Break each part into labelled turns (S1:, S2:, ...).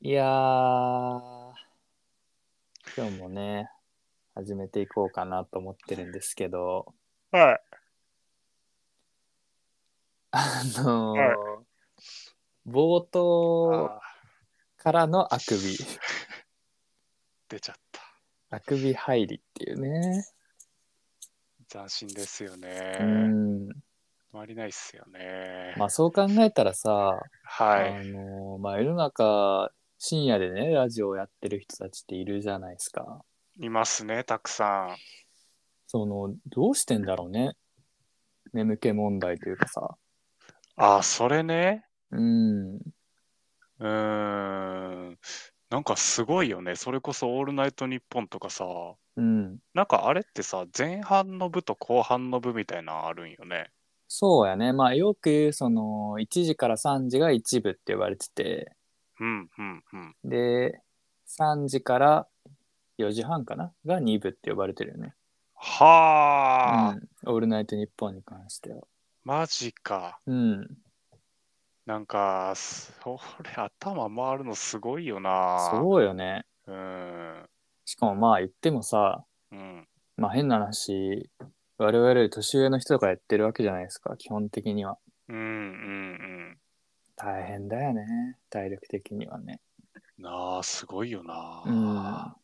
S1: いやー、今日もね、始めていこうかなと思ってるんですけど、
S2: はい。
S1: あのー
S2: はい
S1: 冒頭
S2: あー
S1: からのあくび、
S2: 出ちゃった。
S1: あくび入りっていうね。
S2: 斬新ですよ
S1: う
S2: ね。
S1: ん。
S2: あまりないっすよね。
S1: まあそう考えたらさ、
S2: は
S1: あ
S2: い。
S1: のーまあ世の中、深夜でね、ラジオをやってる人たちっているじゃないですか。
S2: いますね、たくさん。
S1: その、どうしてんだろうね。眠気問題というかさ。
S2: あー、それね。
S1: うん。
S2: うーん。なんかすごいよね。それこそ、オールナイトニッポンとかさ。
S1: うん。
S2: なんかあれってさ、前半の部と後半の部みたいなのあるんよね。
S1: そうやね。まあよくその1時から3時が一部って呼ばれてて、
S2: うん、うん、うん。
S1: で、3時から4時半かなが2部って呼ばれてるよね。
S2: はあ、
S1: うん、オールナイトニッポンに関しては。
S2: マジか。
S1: うん。
S2: なんか、それ頭回るのすごいよな。
S1: そうよね。
S2: う。うん。
S1: しかもまあ言ってもさ、
S2: うん。
S1: まあ変な話、我々より年上の人がやってるわけじゃないですか、基本的には。
S2: うん、うん、
S1: 大変だよね。体力的にはね。
S2: うん。なあ、すごいよな。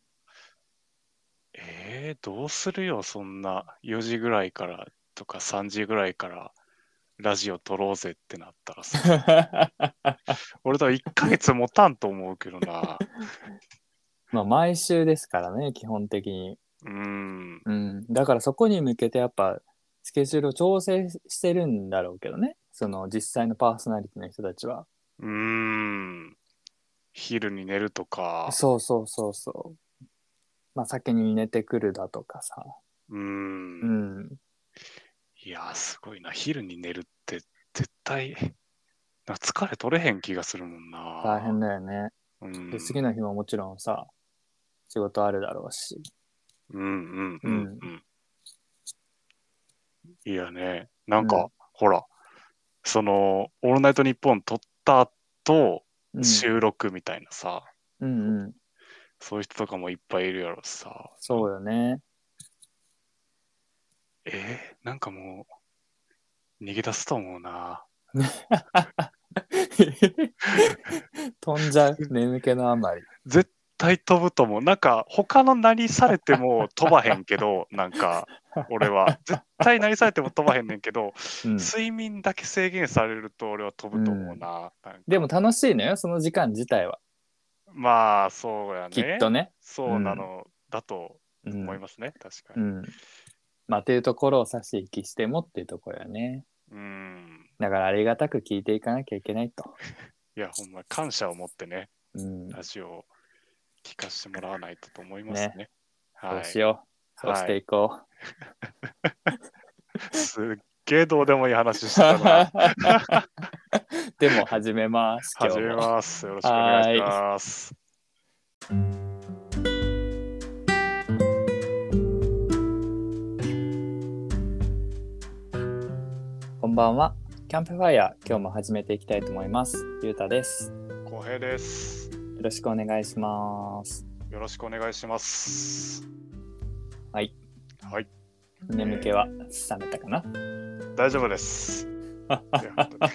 S1: うん。
S2: えー、どうするよ、そんな4時ぐらいからとか3時ぐらいからラジオ撮ろうぜってなったらさ、 俺多分1ヶ月持たんと思うけどな。
S1: まあ毎週ですからね、基本的に。
S2: うん、
S1: うん、だからそこに向けてやっぱスケジュールを調整してるんだろうけどねその実際のパーソナリティの人たちは
S2: うん。昼に寝るとか、
S1: そうそうそうそうまあ先に寝てくるだとかさ
S2: う。
S1: うんん
S2: いやー、すごいな。昼に寝るって絶対、な疲れ取れへん気がするもんな。
S1: 大変だよね
S2: うん
S1: で次の日ももちろんさ仕事あるだろうし
S2: うんうんうん
S1: う
S2: うん。いやね、なんか、
S1: うん
S2: ほら、その、オールナイトニッポン撮った後、
S1: うん
S2: 収録みたいなさ、
S1: うんうん
S2: そういう人とかもいっぱいいるやろさ。
S1: そうよ ね
S2: えーなんかもう、逃げ出すと思うな。
S1: 飛んじゃう眠気のあまり
S2: 絶対飛ぶと思う。なんか、他の何されても飛ばへんけ ど、なんか、俺は。絶対何されても飛ばへんねんけど、
S1: うん
S2: 睡眠だけ制限されると俺は飛ぶと思うな。なんか
S1: でも楽しいのよその時間自体は
S2: まあ、そうやね。
S1: きっとね
S2: そうなのだと
S1: うん
S2: 思いますね、確か
S1: う
S2: に。
S1: ん。まあ、というところを差し引きしてもっていうところよね。
S2: うん。
S1: だからありがたく聞いていかなきゃいけないと。
S2: いや、ほんま、感謝を持ってね、
S1: うん。
S2: ラジオを聞かせてもらわないとと思いますね。
S1: そ
S2: は
S1: うし
S2: い。
S1: よう。そうしていこ
S2: すっげえどうでもいい話して
S1: う。
S2: たな。
S1: でも始めます。今
S2: 始
S1: 日
S2: め
S1: も
S2: ます。よろしくお願いします。
S1: こんばんは。キャンプファイヤー、今日も始めていきたいと思います。ゆうたです。
S2: 浩平です。
S1: よろしくお願いします。
S2: よろしくお願いします。
S1: はい。
S2: はい、
S1: 眠気は冷めたかな
S2: 大丈夫です。いや本当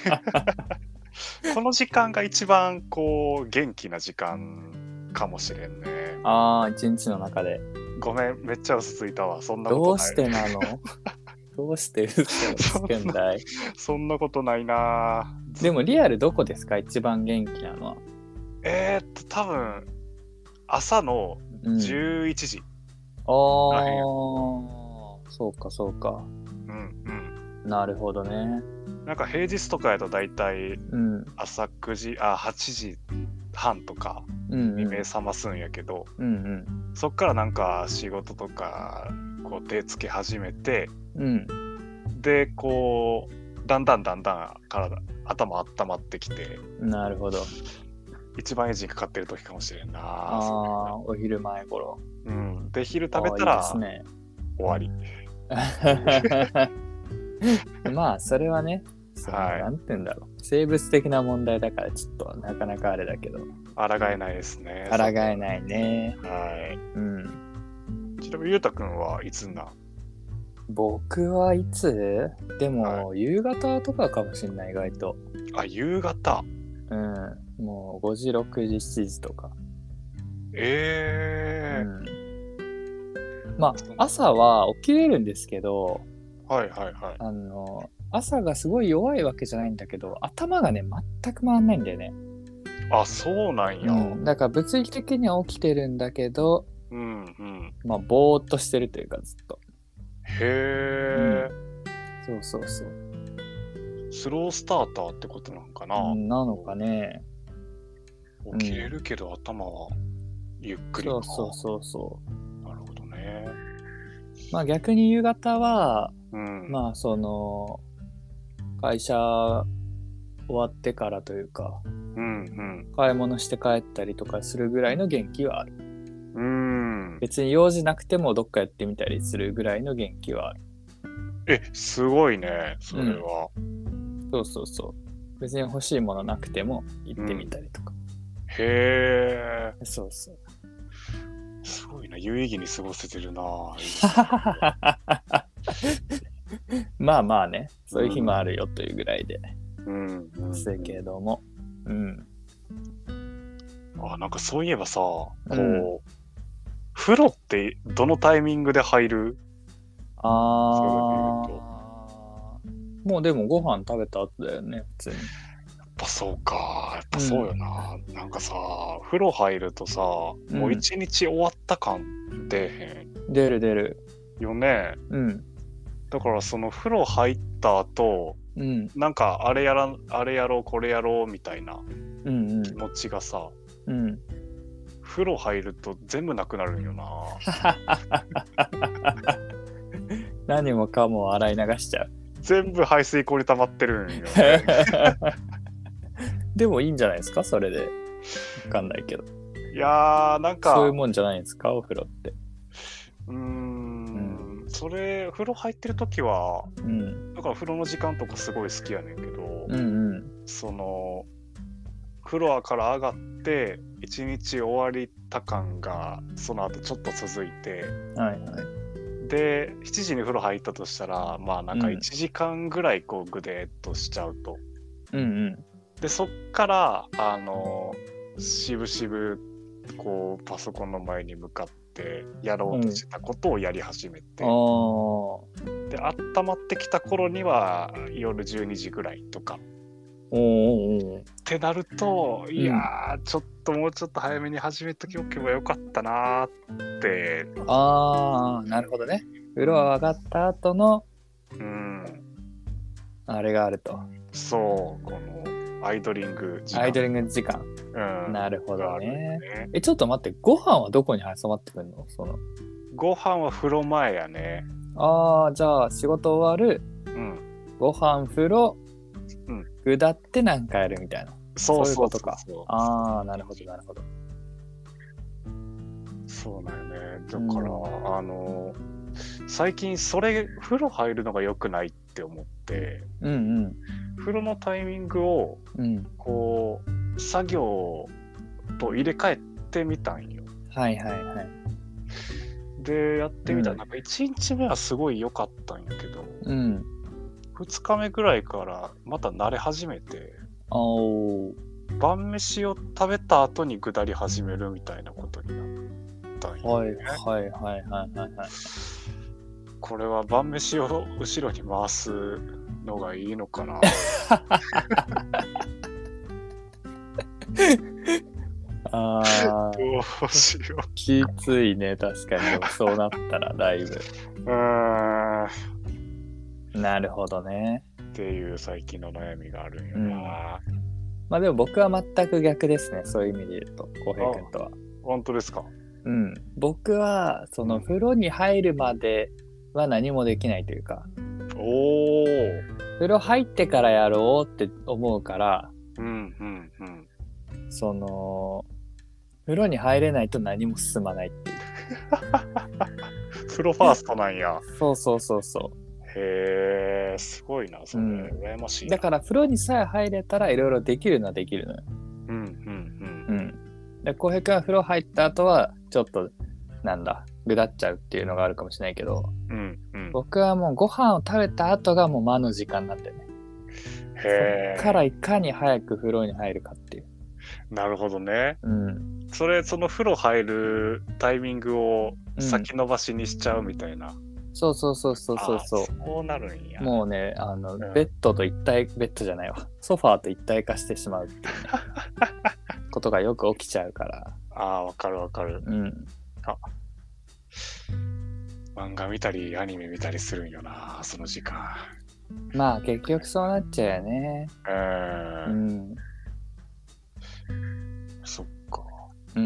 S2: に この時間が一番こう元気な時間かもしれんね。
S1: ああ、一日の中で。
S2: ごめん、めっちゃ嘘ついたわ。そんなことない。
S1: どうしてなのどうして嘘をつくん だい
S2: そんなことないなぁ
S1: でもリアルどこですか一番元気なのは。
S2: えー、っと、多分朝の
S1: うん
S2: 11時。
S1: ああ、そうかそうか。
S2: うん、うん、
S1: なるほどね。
S2: なんか平日とかやと大体
S1: うん。うん
S2: 朝9時、あ、8時半とか
S1: うん、
S2: に目覚ますんやけど、
S1: うん
S2: そっからなんか仕事とか、こう手つけ始めて、
S1: うん。うん。
S2: で、こう、だんだんだんだん体、頭温まってきて、
S1: なるほど。
S2: 一番エンジンかかってる時かもしれんな
S1: あ
S2: ぁ
S1: あ、お昼前頃。
S2: うん。で、昼食べたら
S1: あーいい
S2: 終わり。
S1: ですね。まあ、それはね、その
S2: はい
S1: なんて言うんだろう。生物的な問題だから、ちょっとなかなかあれだけど、
S2: 抗えないですね。
S1: 抗えないね。
S2: は
S1: うん。
S2: い。ちなみに、ゆうたくんはいつな
S1: 僕はいつでも、夕方とかかもしんない、意外と。
S2: あ、夕方。
S1: うん。もう5時、6時、7時とか。
S2: ええ
S1: うんまあ、朝は起きれるんですけど、
S2: はいはいはい。
S1: あの、朝がすごい弱いわけじゃないんだけど、頭がね、全く回んないんだよね。
S2: あ、そうなんや。
S1: うん、だから物理的には起きてるんだけど、
S2: うんうん。
S1: まあ、ぼーっとしてるというか、ずっと。
S2: へえ、
S1: そうそうそう。
S2: スロースターターってことなんかな。
S1: うんなのかね。ん
S2: 起きれるけど頭はゆっくりか
S1: そうそうそうそう。
S2: なるほどね。
S1: まあ逆に夕方は、
S2: うん。
S1: まあその、会社終わってからというか、
S2: うん
S1: 買い物して帰ったりとかするぐらいの元気はある。
S2: うん。うん。
S1: 別に用事なくてもどっかやってみたりするぐらいの元気はある。
S2: え、すごいね、それは。
S1: そうそうそう。別に欲しいものなくても行ってみたりとか。
S2: へえ。
S1: そうそう。
S2: すごいな、有意義に過ごせてるな。
S1: まあまあね、そういう日もあるよというぐらいで
S2: うん。うん
S1: すけども。うん。
S2: あ、なんかそういえばさ、こう、
S1: うん
S2: 風呂ってどのタイミングで入る
S1: あ
S2: そういう
S1: あ。もうでもご飯食べた後だよね、普通に。
S2: やっぱそうか、やっぱそうよな。なんかさ、風呂入るとさ、もう一日終わった感出え
S1: 出る出る。
S2: へんよね。
S1: うん。
S2: だからその風呂入った後
S1: うん。
S2: なんかあれやらんあれやろうこれやろうみたいな
S1: うん
S2: 気持ちがさ
S1: うん。うん。
S2: 風呂入ると全部なくなるん よな
S1: 何もかも洗い流しちゃう。
S2: 全部排水口に溜まってるんよ、ね、
S1: でもいいんじゃないですかそれで。わかんないけど。
S2: いやーなんか
S1: そういう
S2: う
S1: もんじゃないですかお風呂って。
S2: ーんそれ風呂入ってる時は
S1: うん。
S2: だから風呂の時間とかすごい好きやねんけど、
S1: うんうん。
S2: その風呂から上がって一日終わりた感がその後ちょっと続いて
S1: はいはい。
S2: で7時に風呂入ったとしたらまあなんか
S1: うん
S2: 1時間ぐらいこうぐでーっとしちゃうと、
S1: うん
S2: でそっからあのしぶしぶこうパソコンの前に向かってやろうとしてたことをやり始めて
S1: うん。、ああ。
S2: で温まってきた頃には夜12時ぐらいとか
S1: おーおーおー
S2: ってなると、いやーちょっともうちょっと早めに始めときおけばよかったなーって
S1: ああ、なるほどね。風呂上がった後の
S2: うん
S1: あれがあると。
S2: そうこのアイドリング時間
S1: アイドリング時間。
S2: うん
S1: なるほどね。
S2: ね
S1: え、ちょっと待って、ご飯はどこに挟まってくるのその。
S2: ご飯は風呂前やね。
S1: ああ、じゃあ仕事終わる、
S2: うん。
S1: ご飯、風呂、
S2: うん
S1: 下ってなんかやるみたいな。
S2: そ
S1: そう
S2: う
S1: いう
S2: そう
S1: ことか
S2: そう
S1: ああ、なるほど、なるほど。
S2: そうなんよね。だから、
S1: うん
S2: あの最近それ風呂入るのが良くないって思って、
S1: うん
S2: 風呂のタイミングを
S1: うん。うん。
S2: こう作業と入れ替えてみたんよ。
S1: はいはいはい。
S2: でやってみたら、
S1: うん
S2: なんか1日目はすごい良かったんやけど、
S1: うん。
S2: 2日目ぐらいからまた慣れ始めて。
S1: あお。
S2: 晩飯を食べた後に下り始めるみたいなことになったんよ
S1: はいはいはいはいはいはい。
S2: これは晩飯を後ろに回すのがいいのかな
S1: ああ、
S2: どうしよ
S1: きついね、確かに。でもそうなったらだいぶ。
S2: う。うーん。っ
S1: なるほどね。
S2: ていう最近の悩みがあるんよな。
S1: まあでも僕は全く逆ですね、そういう意味で言うと、浩平君とは。
S2: 本当ですか
S1: うん、僕はその風呂に入るまでは何もできないというか
S2: おお。
S1: 風呂入ってからやろうって思うから
S2: うんうんうん。
S1: その風呂に入れないと何も進まないっていう
S2: 風呂ファーストなんや。
S1: そうそうそうそ
S2: へえ、すごいな、それ。
S1: うん
S2: 羨ましいな。
S1: だから風呂にさえ入れたらいろいろできるのはできるのよ。
S2: うんうん
S1: うん。で、浩平君は風呂入った後は、ちょっと、なんだ、ぐだっちゃうっていうのがあるかもしれないけど、
S2: うん。うんうん。
S1: 僕はもうご飯を食べた後がもう間の時間なんだよね。
S2: へ
S1: そっか
S2: え。
S1: らいかに早く風呂に入るかっていう。
S2: なるほどね。
S1: うん。
S2: それ、その風呂入るタイミングを
S1: うん
S2: 先延ばしにしちゃうみたいな。
S1: そうそうそうそうそうそ
S2: あーそうなるんや。
S1: う。もうね、あの、
S2: ん
S1: ベッドと一体、ベッドじゃないわ。ソファーと一体化してしまうっていうね、ことがよく起きちゃうから。
S2: ああ、わかるわかる。
S1: うん。
S2: 漫画見たり、アニメ見たりするんよな、その時間。
S1: まあ結局そうなっちゃうよね。
S2: うー。
S1: うんん。
S2: そっか。
S1: うん。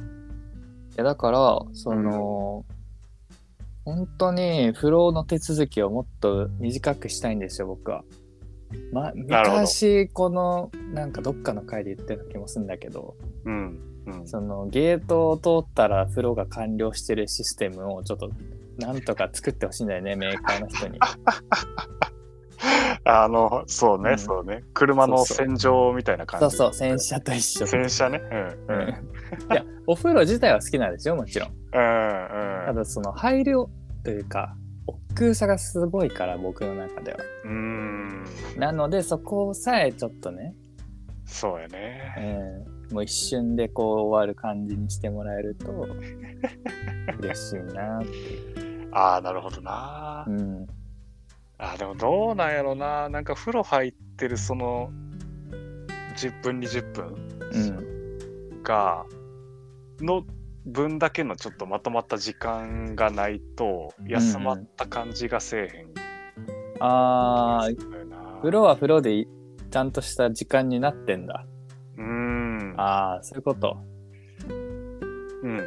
S1: いやだから、その、本当に不老の手続きをもっと短くしたいんですよ、僕は。ま、
S2: なるほど
S1: 昔、この、なんかどっかの回で言ってた気もするんだけど、
S2: うん。うん。
S1: そのゲートを通ったら風呂が完了してるシステムをちょっと、なんとか作ってほしいんだよね、メーカーの人に。
S2: あの、そうね、
S1: うん
S2: そうね。車の
S1: そうそう
S2: 洗浄みたいな感じ。
S1: そうそう、洗車と一緒。
S2: 洗車ね。う。
S1: うん
S2: うんん。
S1: いや、お風呂自体は好きなんですよ、もちろん。
S2: うん。
S1: ただその配慮というか億劫さがすごいから僕の中では
S2: うーん、
S1: なのでそこさえちょっとね、
S2: そうやね。
S1: うん、もう一瞬でこう終わる感じにしてもらえると 嬉しいな
S2: ああ、なるほどな。
S1: うん
S2: あーでもどうなんやろな。なんか風呂入ってるその10分、20分
S1: うん
S2: が、の分だけのちょっとまとまった時間がないと、休まった感じがせえへん。
S1: あー
S2: そうやな
S1: 風呂は風呂でいちゃんとした時間になってんだ
S2: うーん。
S1: ああそういうこと
S2: うん。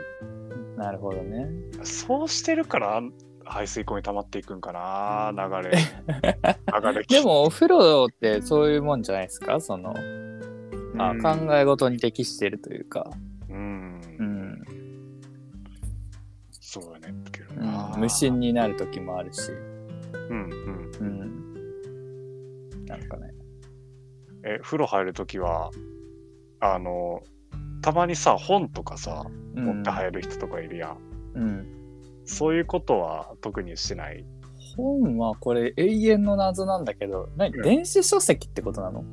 S1: なるほどね
S2: そうしてるから、あん排水溝に溜まっていくんかな、流れ。流れ
S1: でもお風呂ってそういうもんじゃないですかその、あ
S2: うん
S1: 考え事に適してるというか
S2: うん。
S1: うん
S2: そうやね。けどな
S1: うん無心になる時もあるし、
S2: うんうん。
S1: うん、なんかね
S2: え、風呂入るときは、あの、たまにさ、本とかさ、持って入る人とかいるやん。
S1: うんうん、
S2: そういうことは特にしない。
S1: 本はこれ永遠の謎なんだけど何
S2: うん
S1: 電子書籍ってことなの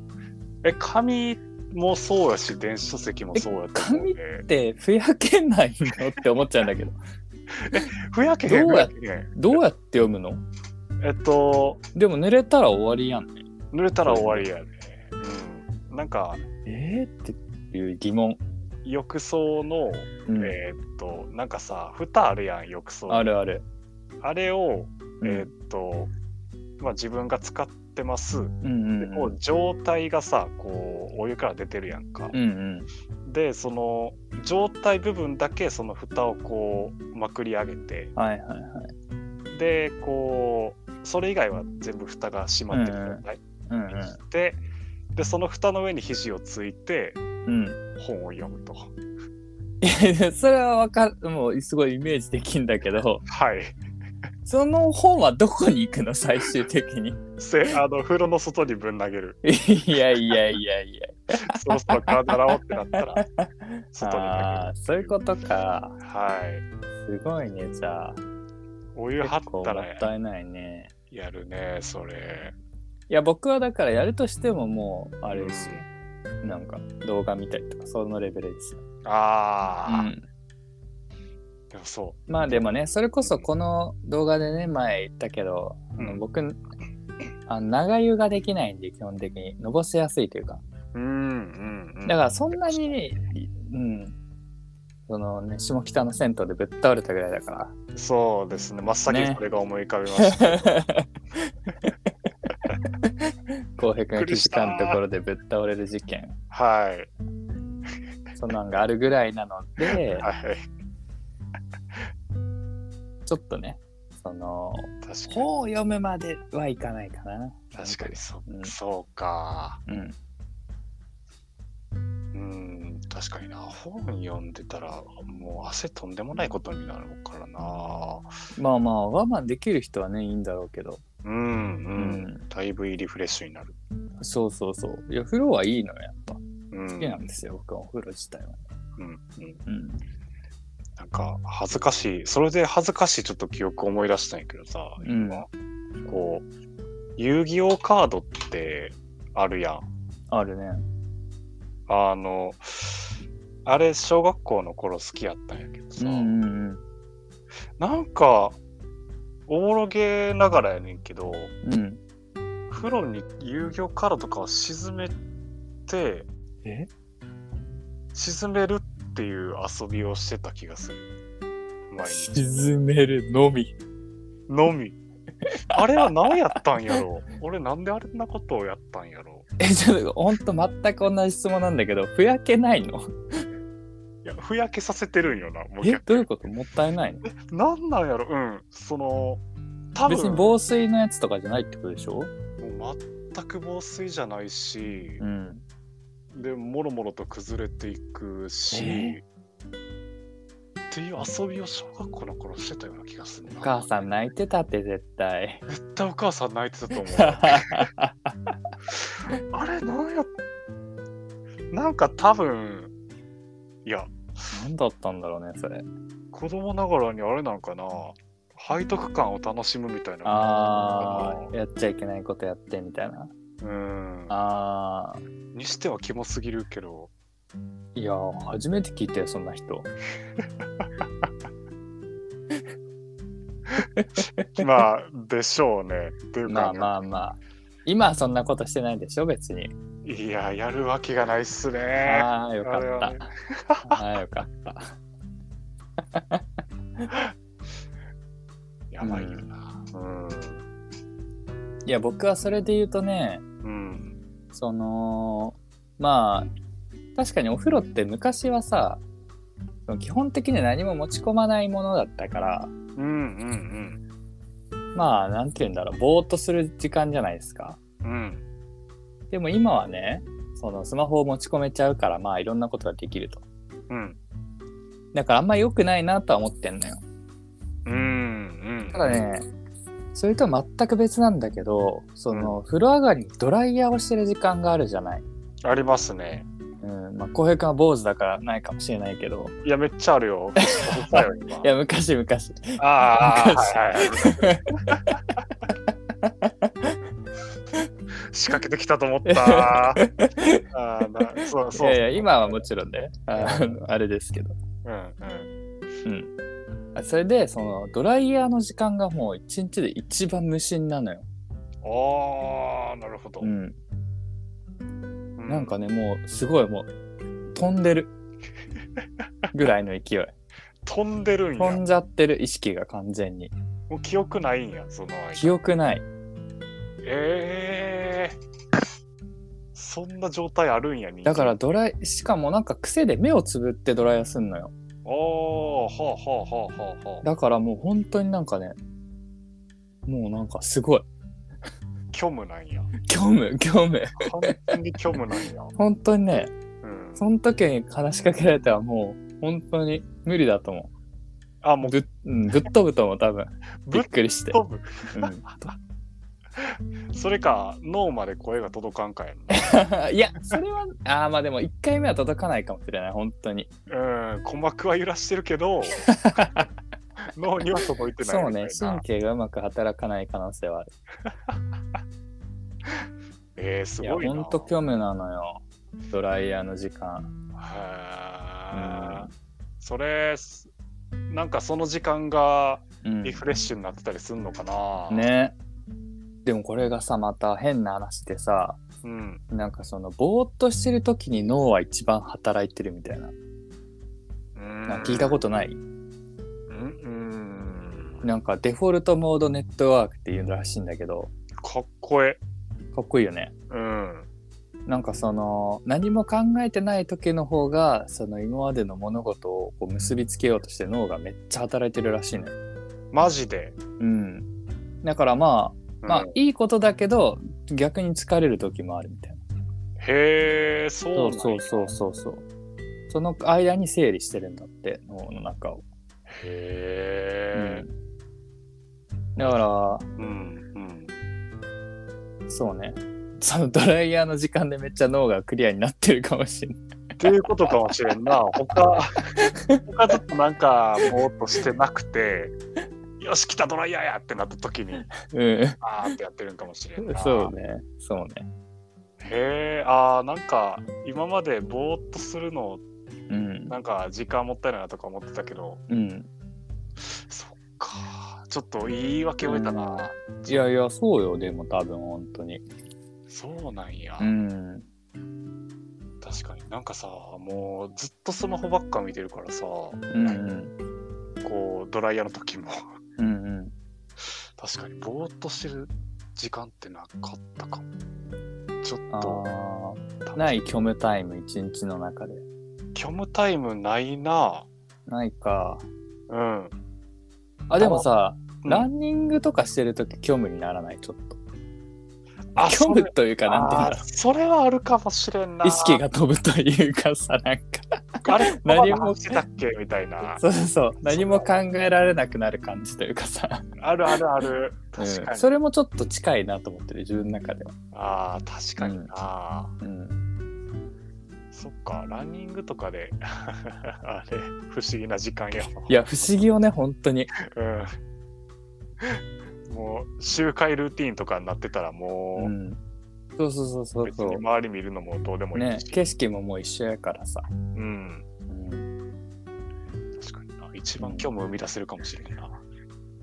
S2: え、紙もそうやし、電子書籍もそうやと思うんで
S1: っ。てふやけないのって思っちゃうんだ けど
S2: ふやけへん
S1: どうや
S2: ふやけへん
S1: どうやって読むの
S2: えっと、
S1: でも濡れたら終わりやんね
S2: 濡れたら終わりやね。うん。なんか、
S1: えー、っていう疑問、
S2: 浴槽の、
S1: うん
S2: えーっと、なんかさ、蓋あるやん、浴槽に。
S1: あるある、
S2: あれを、
S1: うん
S2: えーっと、まあ、自分が使ってます。
S1: うん
S2: で
S1: うん
S2: こう状態がさこうお湯から出てるやんか、
S1: うんうん
S2: でその状態部分だけその蓋をこうまくり上げて
S1: はいはいはい
S2: でこうそれ以外は全部蓋が閉まってる状態
S1: うん
S2: にして、でその蓋の上に肘をついて
S1: うんうん
S2: 本を読むと
S1: いやそれはわかるもうすごいイメージできんだけど
S2: はい
S1: その本はどこに行くの最終的に
S2: せあの風呂の外にぶん投げる
S1: いやいやいやいや
S2: そろそろ体洗おうってなった ら外に
S1: ああー
S2: 投
S1: そういうことか
S2: げるはい
S1: すごいねじゃあ
S2: お湯張
S1: 結
S2: っ
S1: 構
S2: た
S1: も
S2: ら
S1: ったいないね
S2: やるねそれ
S1: いや僕はだからやるとしてももうあ
S2: あ
S1: れですよ、なんか動画見たりとかそのレベルですよ、
S2: あ
S1: う
S2: あ、
S1: ん、
S2: でもそ
S1: まあでもねそれこそこの動画でね前言ったけど、
S2: う。うん
S1: 僕 あの長湯ができないんで基本的にのぼせやすいというか
S2: うんうん。
S1: だからそんなにうんそのね下北の銭湯でぶっ倒れたぐらいだから
S2: そうですね。真っ先に
S1: ね
S2: これが思い浮かびま した。
S1: 浩平君が気づかんところでぶっ倒れる事件
S2: はい。
S1: そんなんがあるぐらいなので
S2: はい。
S1: ちょっとねその
S2: 確かに。
S1: 本を読むまではいかないかな
S2: 確かにそうそうか。
S1: に、うん、
S2: うん。確確かにな、本読んでたら、もう汗とんでもないことになるからな。
S1: まあまあ、我慢できる人はね、いいんだろうけど。
S2: うんう。。
S1: うん
S2: だいぶいいリフレッシュになる。
S1: そうそうそう。いや、風呂はいいのよ、やっぱ。好
S2: うん。
S1: きなんですよ、僕はお風呂自体は。
S2: うんうん
S1: うん。
S2: なんか、恥ずかしい。それで恥ずかしいちょっと記憶思い出したんやけどさ、今、こう、遊戯王カードってあるやん。
S1: あるね。
S2: あの、あれ、小学校の頃好きやったんやけどさ、
S1: うんうん
S2: なんか、おもろげながらやねんけど、
S1: うん。うん。
S2: 風呂に遊戯王カードとかを沈めて、
S1: え
S2: 沈めるっていう遊びをしてた気がする。前に。
S1: 沈めるのみ。
S2: のみ。あれは何やったんやろう俺なんであんなことをやったんやろう
S1: え、ちょっと、ほんと全く同じ質問なんだけど、ふやけないの
S2: いや、ふやけさせてるんよな、もう
S1: え、どういう
S2: 逆
S1: こともったいないの
S2: になんなんやろうん。その、多分
S1: 別に防水のやつとかじゃないってことでしょ
S2: もう全く防水じゃないし
S1: う、ん。
S2: で、もろもろと崩れていくし、
S1: え
S2: っていう遊びを小学校の頃してたような気がするな。
S1: お母さん泣いてたって絶対。
S2: 絶対お母さん泣 いてたと思う。あれ、なんや、なんか多分、いや、
S1: 何だったんだろうね、それ。
S2: 子供ながらにあれなんかな背徳感を楽しむみたいな
S1: ああ、やっちゃいけないことやってみたいな。
S2: うん
S1: ああ、
S2: にしてはキモすぎるけど
S1: いやー、初めて聞いたよ、そんな人。
S2: まあでしょうねというか、
S1: まあまあまあ。今はそんなことしてないでしょ、別に。
S2: いややるわけがないっすね
S1: ああ、よか
S2: あれはね
S1: った。 ああ、よかった。
S2: やばいよなうん
S1: いや、僕はそれで言うとね、
S2: うん
S1: その、まあ、確かにお風呂って昔はさ、その基本的に何も持ち込まないものだったから、
S2: うんうん
S1: まあ、なんて言うんだろう、ぼーっとする時間じゃないですか。
S2: うんうん
S1: でも今はね、そのスマホを持ち込めちゃうから、まあいろんなことができると。
S2: うん
S1: だからあんま良くないなとは思ってんのよ。
S2: うんうん
S1: ただね、それとは全く別なんだけど、その、風呂上がりにドライヤーをしてる時間があるじゃない。
S2: ありますね
S1: うん、まあ、浩平君は坊主だからないかもしれないけど、
S2: いやめっちゃあ るよあるよ今
S1: いや、昔々。
S2: ああ、
S1: 昔
S2: はいはいはい。仕掛けてきたと 思った。あーなそう
S1: い
S2: そう。
S1: やいや、今はもちろんね、あのあれですけど。
S2: うんうん。
S1: うん。あそれで、その、ドライヤーの時間がもう一日で一番無心なのよ。
S2: ああ、なるほど。
S1: うん。
S2: う
S1: なんかね、もう、すごいもう、飛んでる。ぐらいの勢い。
S2: 飛んでるん
S1: 飛
S2: や。
S1: んじゃってる意識が完全に。
S2: もう記憶ないんや、その
S1: 記
S2: 間。
S1: 憶ない。
S2: ええー。そんな状態あるんや、人間
S1: だから、。ドライ、しかもなんか癖で目をつぶってドライヤーすんのよ。
S2: ああ、はあはあはあはあはあ。
S1: だからもう本当になんかね、もうなんかすごい。
S2: 虚無なんや。
S1: 虚無、虚無。
S2: 完全に虚無なんや。
S1: 本当にね、
S2: うん。
S1: その時に話しかけられたらもう本当に無理だと思
S2: あ、も
S1: う。
S2: う
S1: ぶっ,、うん、ぶっ飛ぶと思う、 多分。
S2: ぶ
S1: び
S2: っ
S1: っくりして。
S2: 飛ぶ。
S1: うん
S2: それか、脳まで声が届かんかやんな。
S1: いや、それは、ああ、まあでも1回目は届かないかもしれない、本当に。
S2: うん、鼓膜は揺らしてる けど、脳には届いてない
S1: そう
S2: みたい
S1: ね
S2: な。、
S1: 神経がうまく働かない可能性はある。
S2: えー、す
S1: いや、
S2: ごいな。
S1: ほんと虚無なのよ。ドライヤーの時間。
S2: へー
S1: うん
S2: それ、すなんかその時間が
S1: うん
S2: リ。フレッシュになってたりするのかな。。
S1: ね。でもこれがさ、また変な話でさ、
S2: うん。
S1: なんかその、ぼーっとしてる時に脳は一番働いてるみたいな。なんか聞いた
S2: こ
S1: ことない
S2: とうん。うん
S1: なんかデフォルトモードネットワークっていうらしいんだけど、
S2: かっこえ
S1: かっこいいよね。
S2: え。うん。
S1: なんかその何も考えてない時の方がその今までの物事をこう結びつけようとして脳がめっちゃ働いてるらしいのよ。
S2: マジで。
S1: うん。だからまあ、まあ
S2: うん
S1: いいことだけど逆に疲れる時もあるみたいな。
S2: へえ、そうなんや
S1: そうそうそうそう。その間に整理してるんだって脳の中を、
S2: へえ。
S1: うんだから
S2: うん
S1: そうねそのドライヤーの時間でめっちゃ脳がクリアになってるかもしれない
S2: うん。っていうことかもしれんな。他、他ちょっとなんか、ぼーっとしてなくて、よし、来たドライヤーやってなった時に、
S1: うん
S2: あーってやってるんかもしれんな。
S1: そうねそうね
S2: へえ、あー、なんか、今までぼーっとするの、
S1: うん
S2: なんか、時間もったいないなとか思ってたけど、
S1: うん
S2: そっか。ちょっと言い訳を得たな。
S1: いやいやそうよでも多分本当に
S2: そうなんや。
S1: うん
S2: 確かになんかさもうずっとスマホばっか見てるからさこ
S1: うんうん
S2: うドライヤーの時も
S1: うんうん
S2: 確かにぼーっとしてる時間ってなかったかもちょっと
S1: ああない虚無タイム一日の中で
S2: 虚無タイムないな
S1: ないか
S2: うん
S1: あでもさ
S2: うん
S1: ランニングとかしてるとき虚無にならないちょっと
S2: あ
S1: 虚
S2: そ
S1: 無
S2: れ
S1: というかなんていうんだ
S2: あ
S1: ろう
S2: それはあるかもしれんな
S1: 意識が飛ぶというかさなんか
S2: あれ
S1: 何
S2: 何
S1: も
S2: もしてたっけみたいな
S1: そうそう何も考えられなくなる感じというかさ、
S2: あるあるある確かに、
S1: うんそれもちょっと近いなと思ってる自分の中では、
S2: あー確かにな、
S1: うん、
S2: そっかランニングとかで あれ不思議な時間やわ
S1: いや不思議よね本当に
S2: うんもう周回ルーティンとかになってたらも
S1: う
S2: う、
S1: んそうそうそうそう
S2: 別
S1: そ
S2: に
S1: う
S2: 周り見るのもどうでもい
S1: ね
S2: いし、
S1: 景色ももう一緒やからさ、
S2: うん、
S1: うん、
S2: 確かにな一番今日も生み出せるかもしれんな、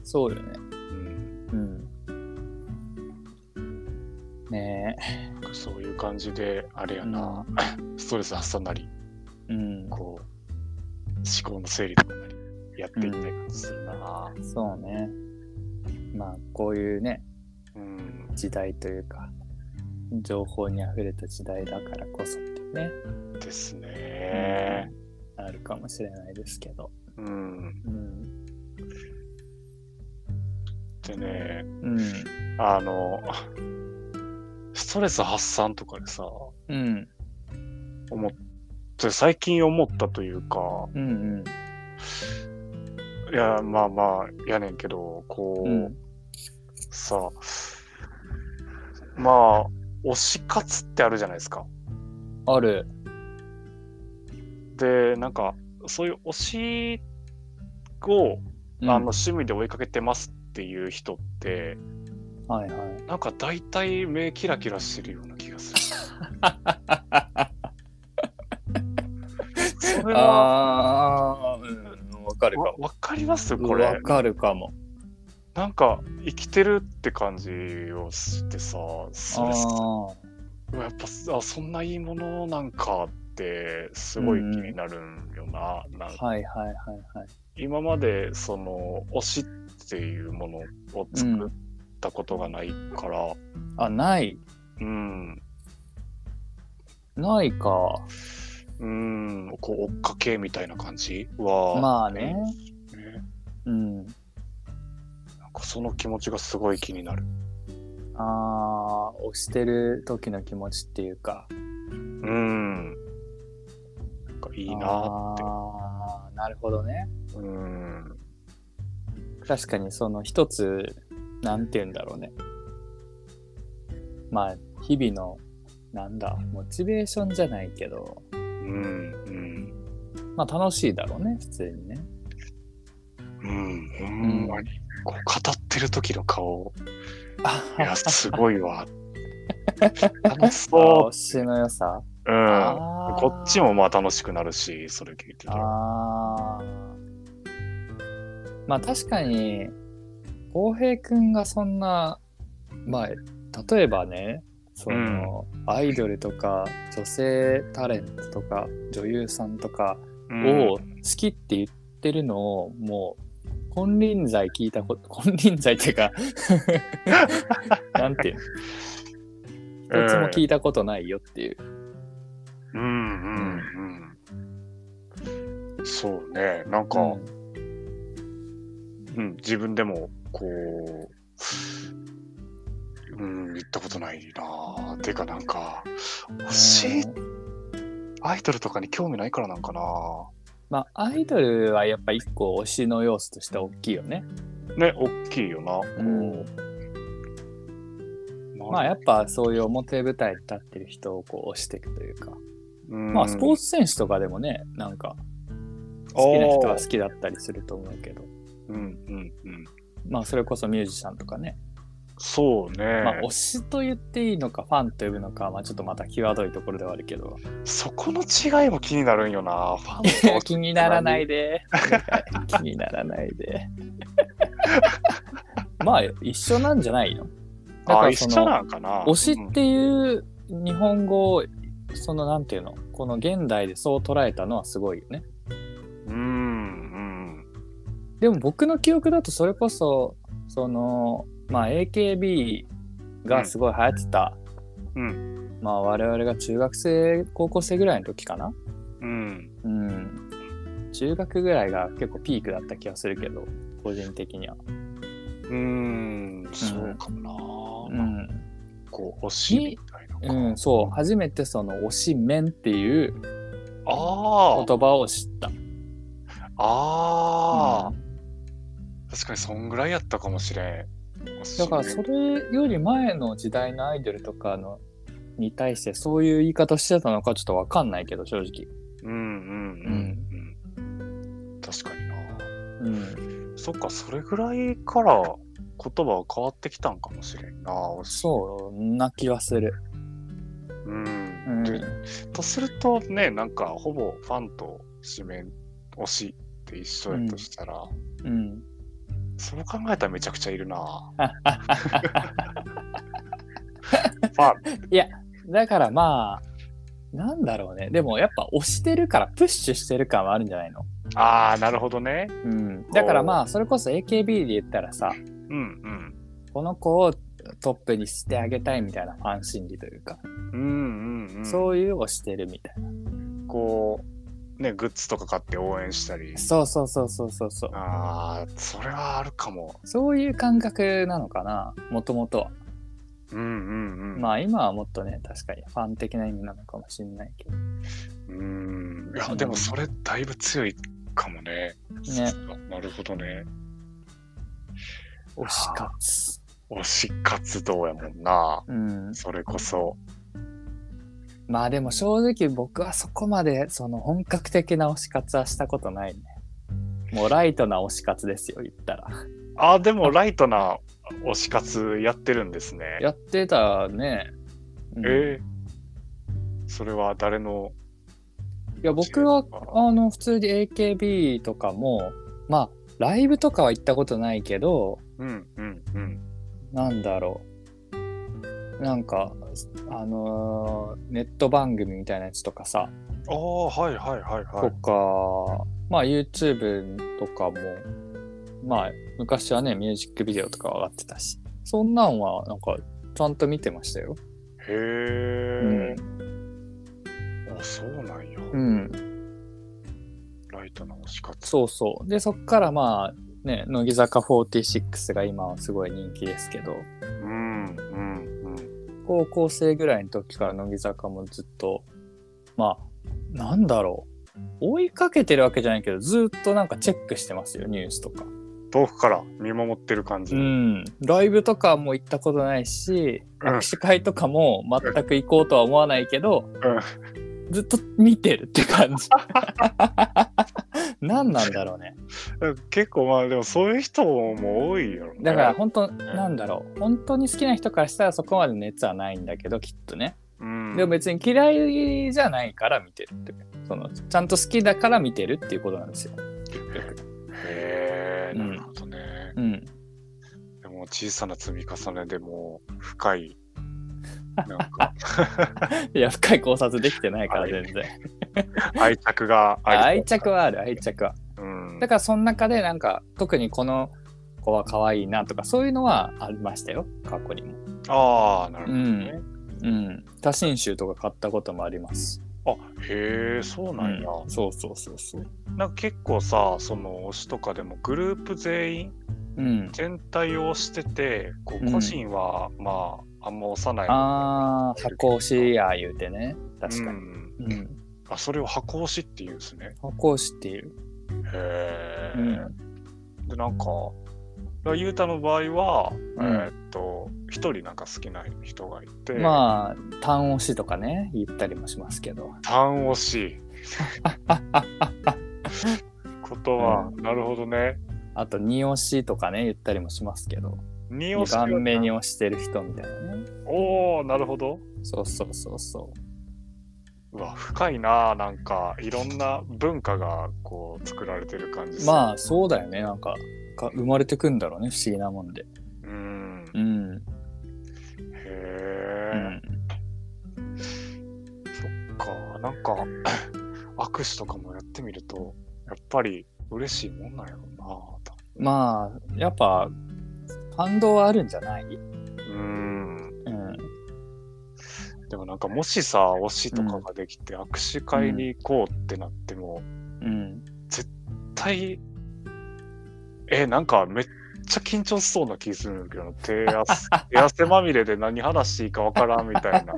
S1: そうよね
S2: うん、
S1: うんね
S2: そういう感じであれやな、 ストレス発散なり
S1: えうん
S2: こう思考の整理とかなりやっていきたい感じするな、
S1: そうねまあこういうね
S2: うん
S1: 時代というか情報にあふれた時代だからこそってね
S2: ですね
S1: あるかもしれないですけど。
S2: うん
S1: うん。
S2: でね
S1: うん。
S2: あの ストレス発散とかでさ、
S1: うん。
S2: 思って最近思ったというか
S1: うん。
S2: いやまあまあやねんけどこう、
S1: うん。
S2: さまあ推し活ってあるじゃないですか
S1: ある。
S2: でなんかそういう推しを、
S1: うん
S2: あの趣味で追いかけてますっていう人って
S1: はいは
S2: なんか大体目キラキラしてるような気が するそ
S1: い。
S2: れは
S1: ああー、うん。わかる
S2: わ
S1: か
S2: わかります
S1: も。
S2: こ
S1: わ
S2: れ
S1: かるかも。
S2: なんか生きてるって感じをしてさそれ
S1: あ
S2: うわやっぱあそんないいものなんかってすごい気になるんよな,、なんか
S1: あ。はいはいはいはい。
S2: 今までその推しっていうものを作ったことがないから
S1: あ、ない。
S2: うん
S1: ないか。
S2: うん、こう追っかけみたいな感じは
S1: まあね。
S2: ね
S1: うん。
S2: なんかその気持ちがすごい気になる
S1: ああ、押してる時の気持ちっていうか。
S2: うんなんかい
S1: い
S2: いな
S1: ああー、なるほどね。
S2: うん
S1: 確かにその一つなんて言うんだろうねまあ日々のなんだモチベーションじゃないけど
S2: うんうん
S1: まあ楽しいだろうね普通にね
S2: うんほんまにこう語ってる時の顔いや、すごい わ。楽し
S1: あ
S2: そ
S1: 推しの良さ、
S2: う。うん。
S1: あー
S2: こっちもまあ楽しくなるし、それ聞いてたら。
S1: あーまあ確かに浩平くんがそんなまあ例えばねその、アイドルとか女性タレントとか女優さんとか
S2: うん
S1: を好きって言ってるのをもう金輪際聞いたこと 金輪際っていうかなんていう
S2: う
S1: の
S2: ん
S1: 一つも聞いたことないよっていう、
S2: うんうんうん。そうね。なんか、うん、自分でも、こう、うん、言ったことないな。てか、なんか、推し、
S1: うん
S2: アイドルとかに興味ないからなんかな。
S1: まあ、アイドルはやっぱ一個推しの要素としては大きいよね。
S2: ね、大きいよな。
S1: ん
S2: ま
S1: まあ、やっぱそういう表舞台に立ってる人をこう推していくというか。ま
S2: ま
S1: あ、スポー
S2: ツ
S1: ツ選手とかでもね、なんか、好きな人は好きだったりすると思うけど、
S2: うんうんうん。
S1: まあ、それこそミュージシャンとかね、
S2: そうね。
S1: まあ、推しと言っていいのか、ファンと呼ぶのか、まあ、ちょっとまた際どいところではあるけど、
S2: そこの違いも気になるん よな。ファンと
S1: 気にならないで、 気にならないで。 まあ、一緒なんじゃないのだか
S2: あ、
S1: ら
S2: 一
S1: そ
S2: 緒
S1: の、
S2: なんかな。
S1: 推しっていう日本語を、その、なんていうの、この現代でそう捉えたのはすごいよね。
S2: うんうんうん。
S1: でも僕の記憶だとそれこそそのまあ AKB がすごい流行ってた、
S2: う
S1: まあ我々が中学生高校生ぐらいの時かな
S2: うん。
S1: うん中学ぐらいが結構ピークだった気がするけど個人的には
S2: うん。そうかも
S1: う
S2: な。
S1: ん、
S2: こう、推しみたいなか。
S1: うん、そう初めてその推しメンっていう
S2: あ
S1: 言葉を知った
S2: あ。ああ
S1: う。ん
S2: 確かにそんぐらいやったかもしれん。
S1: だからそれより前の時代のアイドルとかのに対してそういう言い方してたのかちょっとわかんないけど正直
S2: うんうんうんうん。確かにな。
S1: うん
S2: そっか、それぐらいから言葉は変わってきたんかもしれんな。
S1: そうな気はする。
S2: うん。
S1: うん、
S2: でとするとね、なんかほぼファンと紙面推しって一緒やとしたら、
S1: うん、
S2: そう考えたらめちゃくちゃいるな。ファン。
S1: だからまあなんだろうねでもやっぱ押してるからプッシュしてる感はあるんじゃないの、
S2: ああ、なるほどね。
S1: うん、だからまあそれこそ AKB で言ったらさ
S2: うん
S1: この子をトップにしてあげたいみたいなファン心理というか、
S2: うん。うんうんうん。そ
S1: そういう押してるみたいな
S2: う、こう、ね、グッズとか買って応援したり。
S1: そうそうそうそうそうそう
S2: ああ、それはあるかも。
S1: そういう感覚なのかなもともとは、
S2: うんうんうん。
S1: まあ今はもっとね確かにファン的な意味なのかもしれないけど
S2: うーんいや、でもそれだいぶ強いかもね。
S1: ね
S2: なるほどね。
S1: 押し勝つ
S2: 推し活動やもんな。
S1: うん
S2: それこそ。
S1: まあでも正直僕はそこまでその本格的な推し活はしたことないね。もうライトな推し活ですよ、言ったら。
S2: あ、でもライトな推し活やってるんですね。
S1: やってたね。うん
S2: えーそれは誰の
S1: いや、僕は
S2: 違うか、
S1: あの、普通に AKB とかも、まあ、ライブとかは行ったことないけど、
S2: うんうんうん。
S1: なんだろう。なんか、あのーネット番組みたいなやつとかさ、
S2: ああ、はいはいはいは
S1: と
S2: い。
S1: か、まあ YouTube とかも、まあ昔はね、ミュージックビデオとか上がってたし、そんなんはなんかちゃんと見てましたよ。
S2: へえ、あ、そうなんや。
S1: うん。
S2: ライトな推し活。
S1: そうそう。で、そっからまあ、ね、乃木坂46が今はすごい人気ですけど、
S2: うんうんうん。
S1: 高校生ぐらいの時から乃木坂もずっと、まあ、なんだろう。追いかけてるわけじゃないけど、ずっとなんかチェックしてますよ、ニュースとか。
S2: 遠くから見守ってる感じ。
S1: うん、ライブとかも行ったことないし
S2: うん
S1: 握手会とかも全く行こうとは思わないけど、ずっと見てるって感じ 何なんだろうね
S2: 結構まあでもそういう人も多いよね。
S1: だから本当なんだろう本当に好きな人からしたらそこまで熱はないんだけどきっとね
S2: うん、
S1: でも別に嫌いじゃないから見てるってそのちゃんと好きだから見てるっていうことなんですよ
S2: へえなるほどね。
S1: うん
S2: でも小さな積み重ねでもう深い。なんか
S1: い や深い考察できてないから
S2: はい
S1: 全然
S2: 愛着があり
S1: 愛着はある愛着は
S2: うん、
S1: だからその中でなんか特にこの子は可愛いなとかそういうのはありましたよ過去にも。
S2: ああなるほどね。
S1: うん。多信州とか買ったこともあります。
S2: あへえそうなんや。
S1: うんそうそうそうそう。
S2: なんか結構さその推しとかでもグループ全員
S1: うん。
S2: 全体を推しててこ
S1: う
S2: うん個人は、まああんま推さない。
S1: ああ箱押しや言うてね確かに。
S2: うん
S1: うん。
S2: あ、それを箱押しって言うんですね。
S1: 箱押しっていう。
S2: へえ、
S1: うん
S2: で、なんか、ゆうたの場合は、
S1: うん
S2: えーっと、一人なんか好きな人がいて、あ、
S1: まあ、単押しとかね、言ったりもしますけど。
S2: 単押 し。ことは、なるほどね。
S1: あと、二押しとかね、言ったりもしますけど。
S2: 二押
S1: 2
S2: しは。
S1: 番目に押してる人みたいなね。
S2: おおなるほど。
S1: そうそうそうそう
S2: わ、深いなあなんか、いろんな文化がこう作られてる感じ
S1: う。ま
S2: あ。
S1: あ、そうだよね。なんか、か生まれてくんだろうね、不思議なもんで。
S2: うん。
S1: うん。
S2: へ
S1: う
S2: え、
S1: ん、
S2: か、なんか、 握手とかもやってみると、やっぱり嬉しいもんなんやろうなあと。
S1: まあ、やっぱ、感動はあるんじゃないうん。
S2: うん。でもなんか、もしさ、推しとかができて、握手会に行こうってなって
S1: う
S2: も、
S1: ん。
S2: 絶対、え、なんかめっちゃ緊張しそうな気するんだ けど、手汗手汗まみれで何話していいかわからんみた いな。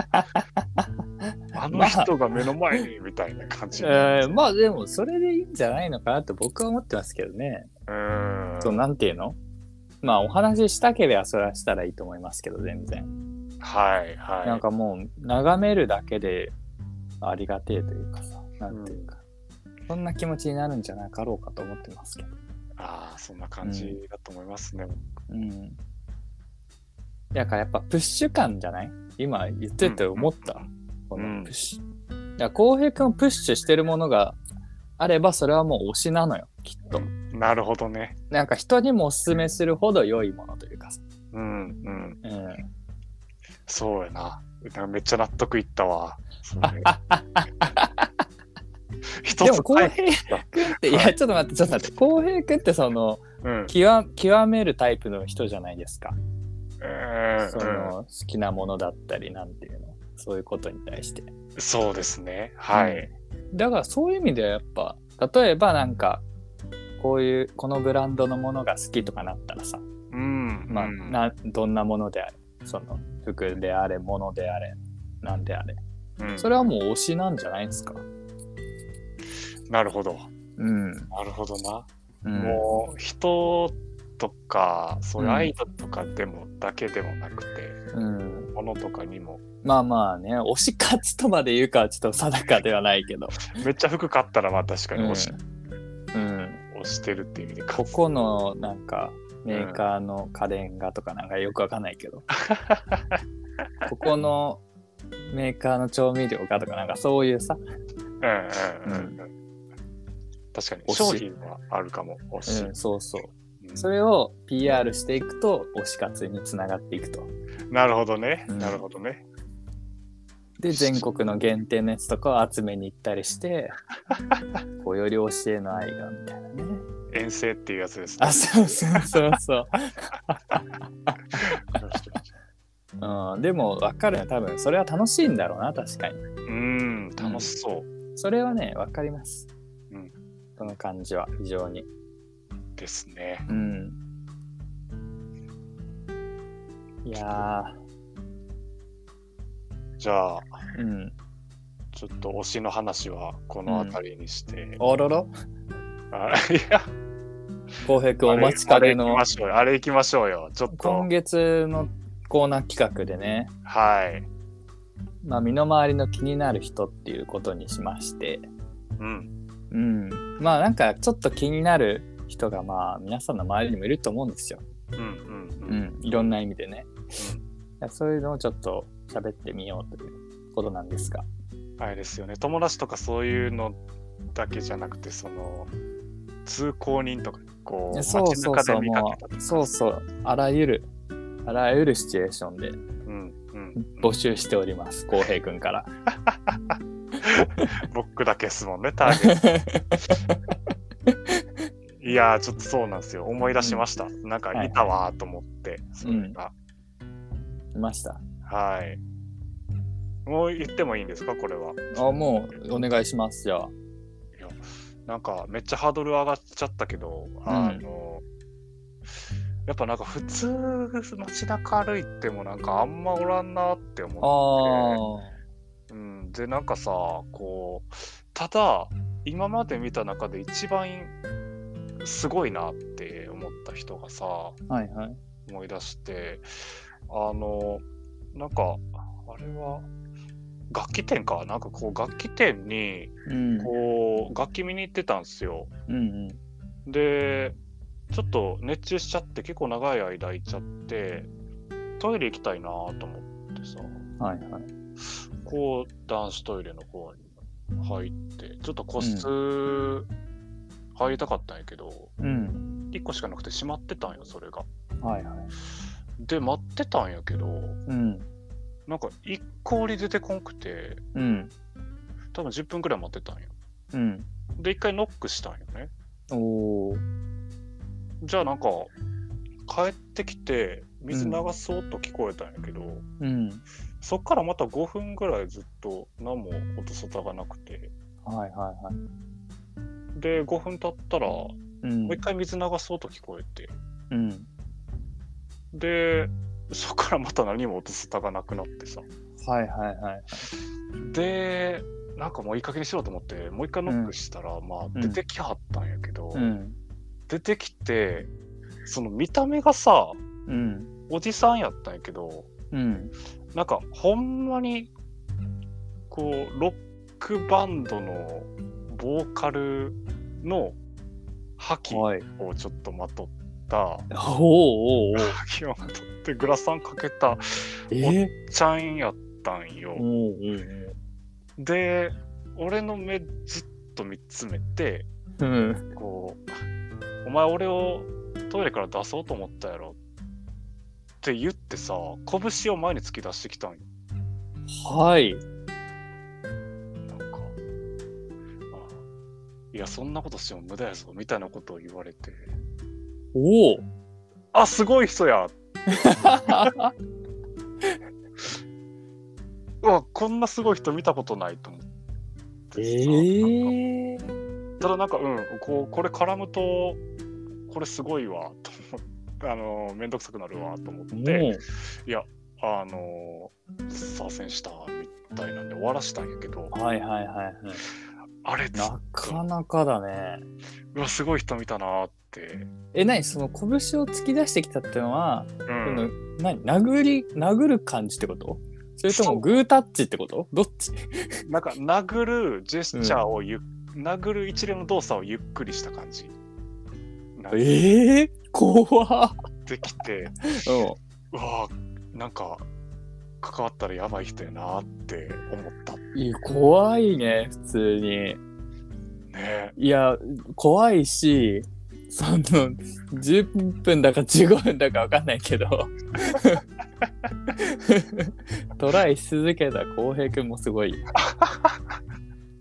S2: あの人が目の前にみたいな感じ。
S1: えーまあでもそれでいいんじゃないのかなと僕は思ってますけどね。
S2: うーん
S1: そうなんていうのまあお話ししたければそれはしたらいいと思いますけど全然。
S2: はいはい。
S1: なんかもう眺めるだけでありがてえというかさなんていうか、そんな気持ちになるんじゃなかろうかと思ってますけど。
S2: ああ、そんな感じだと思いますね。
S1: うん。だからやっぱプッシュ感じゃない今言ってて思った。このプッシュ。だから浩平君をプッシュしてるものがあればそれはもう推しなのよきっと。
S2: なるほどね。
S1: なんか人にもおすすめするほど良いものというかさ、
S2: うんうん。
S1: うん、
S2: そうやな。なんかめっちゃ納得いったわ。そ れ一
S1: で
S2: つ
S1: も浩
S2: 返
S1: 平
S2: っ
S1: 君っていやちょっと待ってちょっと待って浩平君ってその
S2: うん
S1: 極極めるタイプの人じゃないですか、
S2: うん
S1: その好きなものだったりなんていうのそういうことに対して
S2: うんそうですね。はい。
S1: だからそういう意味ではやっぱ例えばなんかこういうこのブランドのものが好きとかなったらさ、
S2: うん。
S1: まあ
S2: うん
S1: などんなものであれその服であれ物であれなんであれ
S2: うん
S1: それはもう推しなんじゃないですか
S2: なるほど。
S1: うん、うん
S2: なるほどな。もう人とか、そういうアイドルとかでも、だけでもなくて、
S1: うん、
S2: 物とかにも、
S1: まあまあね、推し活とまで言うかはちょっと定かではないけど。
S2: めっちゃ服買ったら、まあ確かに
S1: うん
S2: 推し,、
S1: うん。
S2: 推してるっていう意味で、
S1: ここのなんかメーカーの家電がとかなんかよくわかんないけど。ここのメーカーの調味料がとかなんかそういうさ。
S2: うんうんうんうん。確かに
S1: 推し
S2: 商品はあるかも、推し。
S1: うん、そうそう。
S2: うん
S1: それを PR していくと推し活につながっていくと。
S2: なるほどね、
S1: うん
S2: なるほどね。
S1: で、全国の限定のやつとかを集めに行ったり して、こうより教えの愛がみたいなね。
S2: 遠征っていうやつですね
S1: あ、。そうそうそうそう。うん、でも分かるよ多分それは楽しいんだろうな確かに
S2: うん、楽しそう
S1: それはね分かります、
S2: うん、
S1: その感じは非常に
S2: ですね。
S1: うんいや
S2: じゃあ、
S1: ーうん
S2: ちょっと推しの話はこの辺りにして。
S1: おろろ
S2: あいや、
S1: 浩平君お待ちかねの
S2: あれ行きましょうよ。あれ行きましょうよ。ちょっ
S1: 今
S2: と。
S1: 月のコーナー企画でね、
S2: はい。
S1: まあ、身の回りの気になる人っていうことにしまして
S2: うん。
S1: うんまあなんかちょっと気になる人がまあ皆さんの周りにもいると思うんですよ
S2: うんうんう。
S1: うんん、いろんな意味でね、そういうのをちょっと喋ってみようということなんですが
S2: あれですよね。友達とかそういうのだけじゃなくて、その、通行人とか、こう、
S1: そうそうそう
S2: 街中で見か
S1: も
S2: けたと
S1: う
S2: か
S1: そうそうあらゆるあらゆるシチュエーションで
S2: うんうん。
S1: 募集しております浩平君から
S2: 僕だけですもんね、ターゲッ ト。いやー、ちょっとそうなんですよ。思い出しました。なんか、いたわーと思って、それが。
S1: いました
S2: はい。もう言ってもいいんですか、これは。
S1: あもうお願いしますじゃあ
S2: いやなんかめっちゃハードル上がっちゃったけど、あのやっぱなんか普通街中歩いてもなんかあんまおらんなって思
S1: あ
S2: って、うん、でなんかさこうただ、今まで見た中で一番すごいなって思った人がさ、
S1: はいはい。
S2: 思い出して、あの、なんか、あれは、楽器店か、なんかこう、楽器店に、
S1: うん。うん
S2: こう、楽器見に行ってたんですよ。
S1: うん。
S2: で、ちょっと熱中しちゃって、結構長い間いっちゃって、トイレ行きたいなと思ってさ、
S1: はいはい。
S2: こう、男子トイレの方に入って、ちょっと個室入りたかったんやけど、
S1: うん。
S2: 1個しかなくて閉まってたんよ、それが。
S1: はいはい。
S2: で、待ってたんやけど、
S1: うん。
S2: なんか一向に出てこんくて、
S1: うん。
S2: 多分10分くらい待ってたんよ。
S1: うん。
S2: で、一回ノックしたんよね。
S1: おー。
S2: じゃあなんか、帰ってきて、水流そうと聞こえたんやけど、
S1: うん。
S2: そっからまた5分ぐらいずっと何も音沙汰がなくて、
S1: はいはいはい。
S2: で、5分経ったら、も
S1: うん
S2: う一。回水流そうと聞こえて、
S1: うん。
S2: で、そっからまた何も音沙汰がなくなってさ、
S1: はいはいはい。
S2: で、なんかもういい加減にしろと思って、もう一回ノックしたら、まあ
S1: ん
S2: 出てきはったんやけど、
S1: うん。
S2: 出てきて、その見た目がさ、
S1: うん。
S2: おじさんやったんやけど、
S1: うん。
S2: なんかほんまに、こう、ロックバンドのボーカルの覇気を
S1: はい。
S2: ちょっとまとった、
S1: おーおー
S2: 覇気をまとってグラサンかけた
S1: おー。え
S2: ちゃんやったんよ
S1: おー。おー
S2: で、俺の目ずっと見つめて、
S1: おーうん。
S2: こう、お前俺をトイレから出そうと思ったやろって言ってさ、拳を前に突き出してきたんよ。
S1: はい。
S2: なんか、あいや、そんなことしても無駄やぞみたいなことを言われて、
S1: おお。
S2: あ、すごい人や うわ、こんなすごい人見たことないと思ってさなんか
S1: ええ。
S2: ただなんか、うん、こう、これ絡むと、これすごいわ、と思って、あの、めんどくさくなるわ、と思って。
S1: もう。
S2: あのー、左遷したみたいなんで終わらしたんやけど、
S1: はいはいはいはい。
S2: あれ、
S1: なかなかだね。
S2: うわ、すごい人見たなーって。
S1: え、なにその拳を突き出してきたってのは、
S2: う
S1: その
S2: ん、
S1: 何殴り、殴る感じってことそれともグータッチってことどっち
S2: なんか、殴るジェスチャーをゆっ、殴る一連の動作をゆっくりした感じ。なんか
S1: ええ怖っ。
S2: できて、
S1: う
S2: うわー、なんか、関わったらやばい人やなーって思った。
S1: ん。いや、怖いね、普通に。
S2: ね
S1: いや、怖いし、その、10分だか15分だかわかんないけど、 トライし続けた浩平くんもすごい。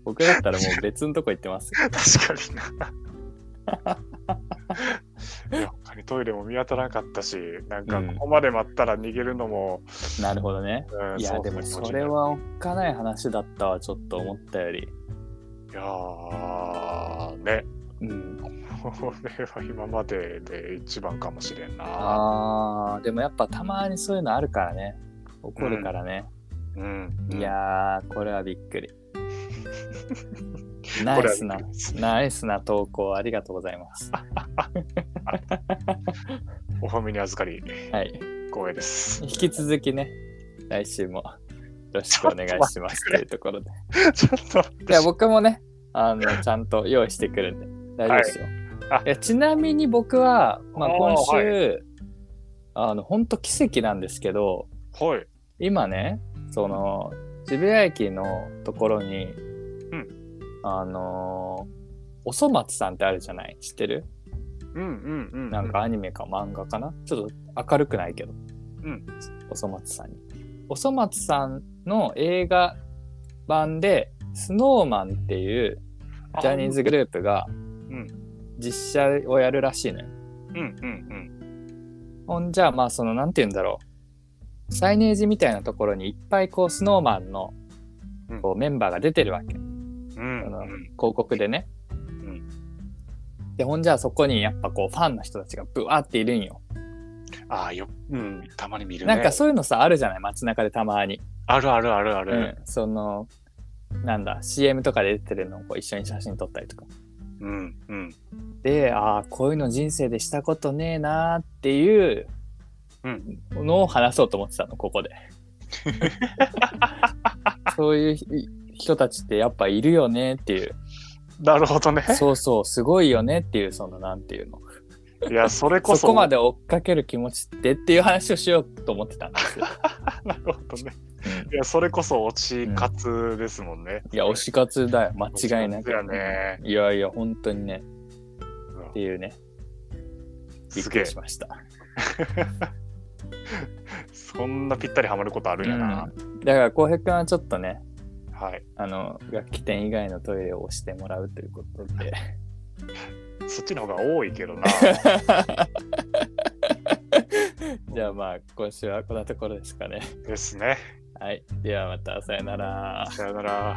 S1: 僕だったらもう別のとこ行ってますよ。
S2: 確かに な。いや他にトイレも見当たらなかったし、なんか
S1: うん
S2: ここまで待ったら逃げるのも、
S1: なるほどね。
S2: うん
S1: いや、
S2: そう
S1: で
S2: そう
S1: も
S2: 気
S1: そ
S2: 持ちにな
S1: れ
S2: る
S1: はおっかない話だったわ、ちょっと思ったより。
S2: いやー、ね、
S1: うん。
S2: これは今までで一番かもしれんな。
S1: あー、でもやっぱたまにそういうのあるからね。怒るからね。
S2: うん、
S1: いやー、これはびっく り。
S2: うん、
S1: ナ
S2: こ
S1: イ
S2: れは
S1: スな
S2: びっくりです
S1: ナイスな投稿ありがとうございます。
S2: お褒めに預かり、
S1: はい。
S2: 光 栄です
S1: 引。き続きね、来週もよろしくお願いしますというところで。
S2: ちょっと待っ
S1: い
S2: て
S1: や、僕もね、あの、ちゃんと用意してくるんで、大丈夫ですよ。
S2: はいあ
S1: い、やちなみに僕は、まあ、
S2: あー
S1: 今週、あの、本当奇跡なんですけど、
S2: はい。
S1: 今ね、その、渋谷駅のところに、
S2: ん
S1: あのーおそ松さんってあるじゃない知ってる
S2: うんうんうん。
S1: なんかアニメか漫画かなちょっと明るくないけど。
S2: うん。
S1: おそ松さんに。おそ松さんの映画版で、スノーマンっていう
S2: あ、
S1: ジャニーズグループが
S2: ん
S1: 実写をやるらしいのよ。
S2: うんうん
S1: ほんじゃあ、まあその、なんて言うんだろう。サイネージみたいなところにいっぱいこう、スノーマンの
S2: うん
S1: こうメンバーが出てるわけ。広
S2: うん。うん
S1: あの
S2: うん
S1: 告でね。
S2: ん
S1: で、ほんじゃあそこにやっぱこう、ファンの人たちがブワーっているんよ。
S2: ああ、よ、うん、たまに見るね。
S1: なんかそういうのさ、あるじゃない街中でたまに。
S2: あるあるあるあ
S1: う
S2: る。
S1: ん、そのなんだ、CM とかで出てるのをこう一緒に写真撮ったりとか。
S2: うんうん
S1: で、ああ、こういうの人生でしたことねえなーっていう
S2: うん
S1: のを話そうと思ってたの、ここ で。そういうひ人たちってやっぱいるよねっていう。
S2: なるほどね
S1: そうそう、すごいよねっていう、その、なんていうの。
S2: いやそれこ
S1: そ
S2: そ
S1: こまで追っかける気持ちってっていう話をしようと思ってたん ですよ。
S2: なるほどね
S1: うん
S2: いやそれこそ推し活ですもんね、
S1: いや、推し活だよ、間違いなく。
S2: 推し活やね
S1: いやいや、本当にね、
S2: うわ
S1: っていうね、びっ
S2: す
S1: く
S2: げえ
S1: りしました。
S2: そんなぴったりハマることあるんやな、
S1: うんだから、浩平君はちょっとね、
S2: はい
S1: あの、楽器店以外のトイレを押してもらうということ で。
S2: そっちの方が多い けどな
S1: じゃあまあ、今週はこんなところですかね。
S2: ですね
S1: はい。ではまた、さよなら。
S2: さよなら